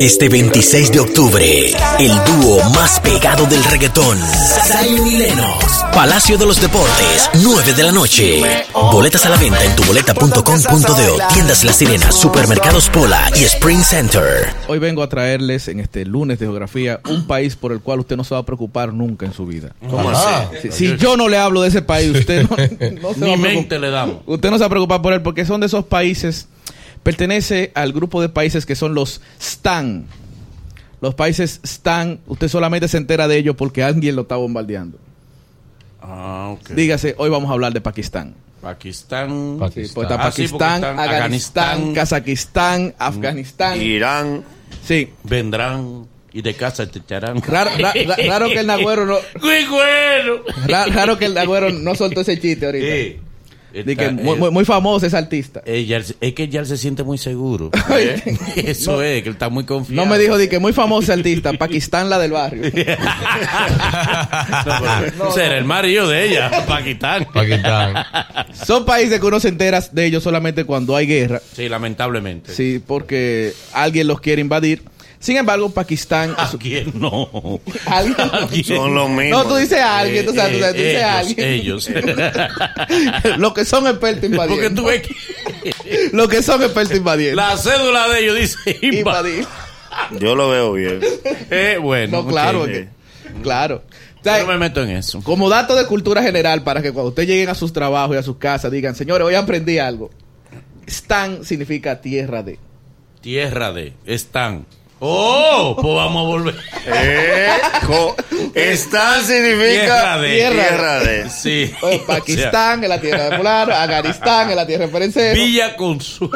Este 26 de octubre, el dúo más pegado del reggaetón, Zion y Lennox, Palacio de los Deportes, 9 de la noche. Boletas a la venta en tuboleta.com.de, tiendas La Sirena, supermercados Pola y Spring Center. Hoy vengo a traerles en este lunes de geografía un país por el cual usted no se va a preocupar nunca en su vida. ¿Cómo así? Si, si yo no le hablo de ese país, usted no, no se va Ni a preocupar. mente le damos. Usted no se va a preocupar por él porque son de esos países. Pertenece al grupo de países que son los STAN. Los países STAN, usted solamente se entera de ellos porque alguien lo está bombardeando. Ah, ok. Dígase, hoy vamos a hablar de Pakistán. Pakistán. Sí, Pakistán. pues está Ah, Pakistán, sí, porque están Afganistán, Afganistán. Kazajistán, Afganistán. Irán, Sí. Vendrán y de casa te echarán. Raro, ra- ra- raro que el Nagüero no, ¡Güey, güero! ra- raro que el Nagüero no soltó ese chiste ahorita. Eh, Di está- que muy, eh, muy- muy famoso ese artista. eh, ya él se- es que ya él se siente muy seguro. ¿Eh? Ay, Eso es, que él está muy confiado. No me dijo de que muy famoso ese artista, Pakistán la del barrio. Será el marido de ella, Pakistán. Pakistán. Son países que uno se entera de ellos solamente cuando hay guerra. Sí, lamentablemente. Sí, porque alguien los quiere invadir. Sin embargo, Pakistán. ¿A quién no? alguien- ¿A quién? son los mismos. no, tú dices alguien, tú sabes, tú sabes, tú dices alguien. ellos, Ellos. Los que son expertos Porque invadiendo. tú ves que Los que son expertos invadiendo. la cédula de ellos dice invadir. Invadir. Yo lo veo bien. Eh, bueno. No, claro. ok. es que- claro. O sea, Yo no me meto en eso. Como dato de cultura general, para que cuando ustedes lleguen a sus trabajos y a sus casas digan, señores, hoy aprendí algo. Stan significa tierra de. Tierra de están. ¡Oh! Pues vamos a volver. Eh, co- Están Tierra significa de. tierra de. Sí. Oye, Pues, Pakistán es la tierra de fulano, Afganistán es la tierra de O sea, perencero. Villa Consuelo.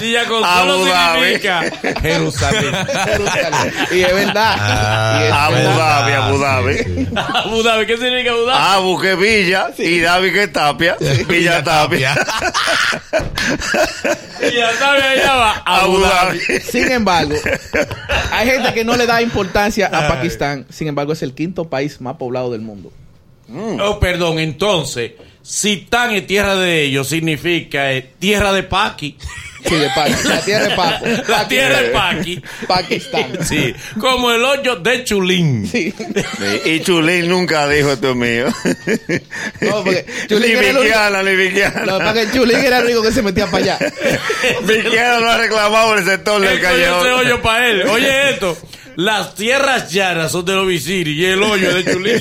Villa Consuelo Abu Dhabi. significa Jerusalén. Jerusalén. Y es verdad. Ah, Y es Abu verdad. Dhabi, Abu Dhabi. Abu Dhabi, ¿qué significa Abu Dhabi? Abu que Villa y David que Tapia. Villa Tapia. Villa Dhabi, allá va. Abu Dhabi. Sin embargo, hay gente que no le da importancia a Pakistán. Sin embargo, es el quinto país más poblado del mundo. Oh, perdón, entonces, si tan en tierra de ellos significa eh, tierra de Paqui. Sí, de Paqui. La tierra de Papo. La tierra de Paqui. Pakistán. Sí, como el hoyo de Chulín. Sí. Y Chulín nunca dijo esto es mío. No, porque Chulín ni era el único- Viquiana, ni Viquiana. Lo que pasa es que Chulín era el único que se metía para allá. Viquiana no ha reclamado el sector del Él cogió ese callejón. hoyo para él. Oye esto, las tierras llanas son de los visiris y el hoyo de Chulín.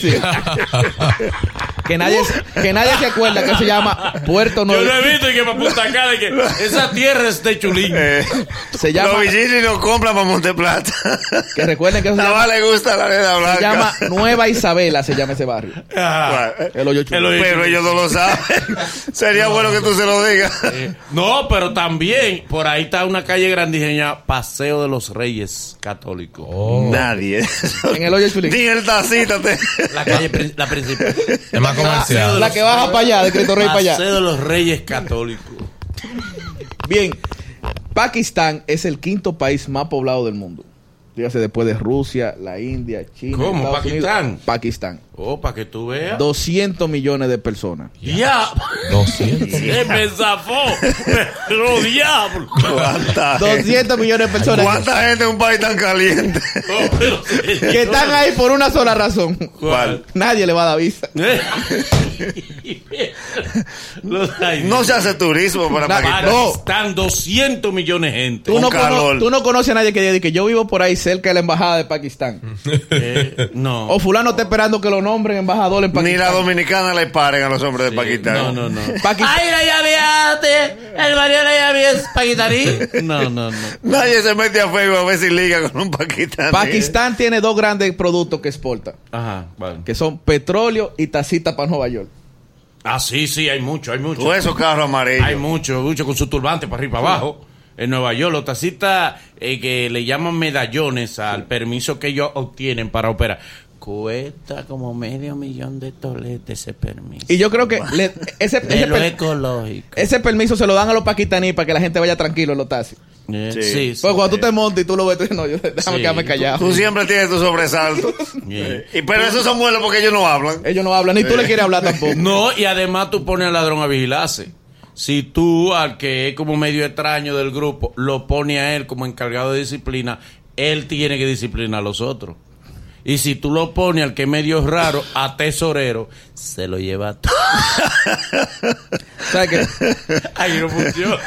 Que nadie, que nadie se acuerda que se llama Puerto Yo lo Nuevo. he visto y que para Punta Cana y que esa tierra es de Chulín. Eh, Se Los llama, Villiris no compran para Monteplata. que recuerden que eso se Nada llama, más le gusta la arena blanca. eh, se llama Nueva Isabela, se llama ese barrio. Ah. El hoyo Chulín. El hoyo Pero Chulín. ellos no lo saben. Sería bueno que tú se lo digas. Eh, No, pero también por ahí está una calle grandísima, Paseo de los Reyes Católicos. Oh. Nadie. En el hoyo Chulín. Ni el tacita te... La calle prin- la principal. Es más comercial. La que baja para allá, de Cristo Rey para allá. Paseo de los Reyes Católicos. Bien, Pakistán es el quinto país más poblado del mundo. Dígase después de Rusia, la India, China. ¿Cómo? Estados Unidos. ¿Pakistán? Pakistán. Oh, para que tú veas. 200 millones de personas. Ya. 200. Se me zafó. Pero diablo. ¿Cuánta, gente? 200 millones de personas ¿Cuánta gente en un país tan caliente? Oh, pero- que están ahí por una sola razón. ¿Cuál? Nadie le va a dar visa. Los ahí- No se hace turismo para Na- Pakistán. no. Están 200 millones de gente. Tú Con no, cono- calor. tú no conoces a nadie que diga di que yo vivo por ahí cerca de la embajada de Pakistán. Eh, no. O fulano está esperando que lo nombren embajador en Pakistán. Ni la dominicana le paren a los hombres de Pakistán. No, no, no. Paqui- la llave! ¡El barrio la llave es paquitarí! No, no, no. Nadie se mete a Facebook a ver si liga con un paquistaní. Pakistán tiene dos grandes productos que exporta, Ajá, vale. que son petróleo y tacita para Nueva York. Ah, sí, sí, hay mucho, hay mucho. Tú esos carros amarillos. Hay mucho, mucho con su turbante para arriba y para abajo. En Nueva York, los taxistas eh, que le llaman medallones al permiso que ellos obtienen para operar. Cuesta como medio millón de toletes ese permiso. Y yo creo que le- ese, de ese lo per- ecológico. ese permiso se lo dan a los pakistaníes para que la gente vaya tranquilo en los taxis. Eh, Sí. sí, sí. Pues cuando tú te montas y tú lo ves, tú dices, no, yo, déjame Sí. quedarme callado. Tú siempre tienes tus sobresaltos. Eh. Y, pero esos son Eh. buenos porque ellos no hablan. Ellos no hablan, ni tú le quieres hablar tampoco. No, y además tú pones al ladrón a vigilarse. si tú al que es como medio extraño del grupo lo pone a él como encargado de disciplina, él tiene que disciplinar a los otros. Y si tú lo pones al que es medio raro, a tesorero, se lo lleva a todo. ¿Sabes qué? Ahí no funciona.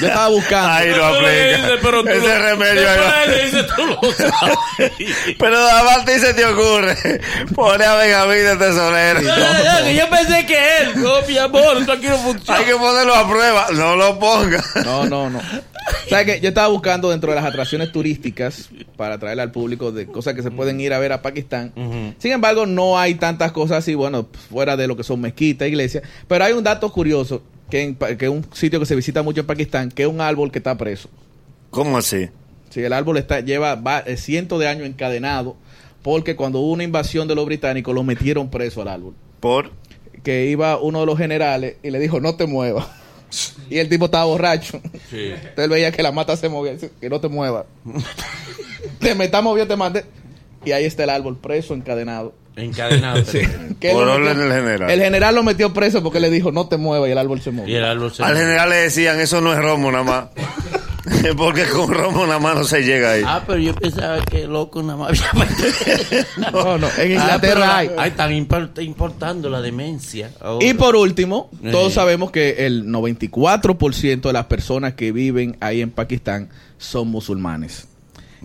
Yo estaba buscando. Ahí lo Después le aplica. dice, pero tú Ese lo- remedio ahí después va. le dice, tú lo sabes. Pero además a ti se te ocurre poner a Benjamín de tesorero. No, no, no, que yo pensé que él. No, mi amor, esto aquí no funciona. Hay que ponerlo a prueba. No lo pongas. No, no, no. ¿Sabes qué? Yo estaba buscando dentro de las atracciones turísticas para atraer al público de cosas que se pueden ir a ver a Pakistán. Sin embargo, no hay tantas cosas así, bueno, fuera de lo que son mezquitas, iglesias. Pero hay un dato curioso, que, en Pa- que es un sitio que se visita mucho en Pakistán, que es un árbol que está preso. ¿Cómo así? Sí, el árbol está, lleva va- eh, cientos de años encadenado, porque cuando hubo una invasión de los británicos, lo metieron preso al árbol. Por. Que iba uno de los generales y le dijo, no te muevas. Y el tipo estaba borracho. Sí. Entonces él veía que la mata se movía, dice, que no te muevas. te me está moviendo, te mandé. Y ahí está el árbol preso, encadenado. Encadenado. Que él Por lo orden metió- del general. El general lo metió preso porque le dijo, no te muevas, y el árbol se Y movió. el árbol se- Al general le decían, eso no es romo nada más. Porque con romo nada más no se llega ahí. Ah, pero yo pensaba que loco nada más había No, no, en Ah, Inglaterra pero la- hay. Oh, Ay, están impor- importando la demencia. ahora. Y por último, Eh. todos sabemos que el 94% de las personas que viven ahí en Pakistán son musulmanes.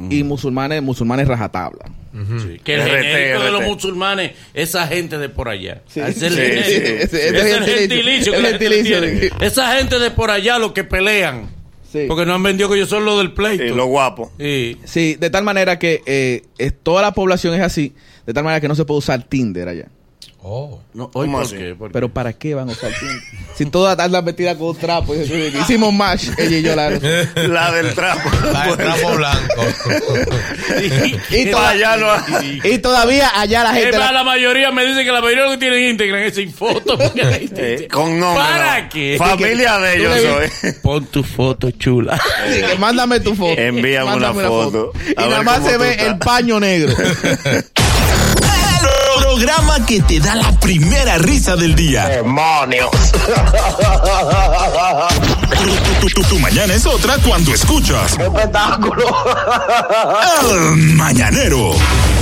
Y musulmanes, musulmanes rajatabla. Sí, que el RT, genérico de los RT. musulmanes, esa gente de por allá. Sí. Ese es el Sí, genérico. sí, ese- ese Ese es el gentilicio. que el la gente gentilicio de tiene. Esa gente de por allá, los que pelean. Sí. Porque no han vendido que yo soy lo del pleito. Sí, Eh, lo guapo. Sí. Sí, de tal manera que eh, es- toda la población es así, de tal manera que no se puede usar Tinder allá. Oh. No, oye, ¿Cómo ¿por así? qué? ¿Por qué? Pero ¿para qué van a usar Tinder? si todas andan metidas con un trapo. y se- Hicimos match, ella y yo la... La del trapo. La de trapo blanco. Y, toda- allá no hay. y todavía allá la Es gente... más, la- la mayoría me dice que la mayoría de los que tienen Instagram es sin foto. porque la gente- Eh, con nombre. ¿Para no. qué? Familia de ellos Tú le- soy. Pon tu foto chula. Sí, que mándame tu foto. Envíame una Mándame foto. Y A nada ver más cómo se tú ve estás. el paño negro. El programa que te da la primera risa del día. ¡Demonios! Tu, tu- tu- tu mañana es otra cuando escuchas. ¡Espectáculo! El mañanero.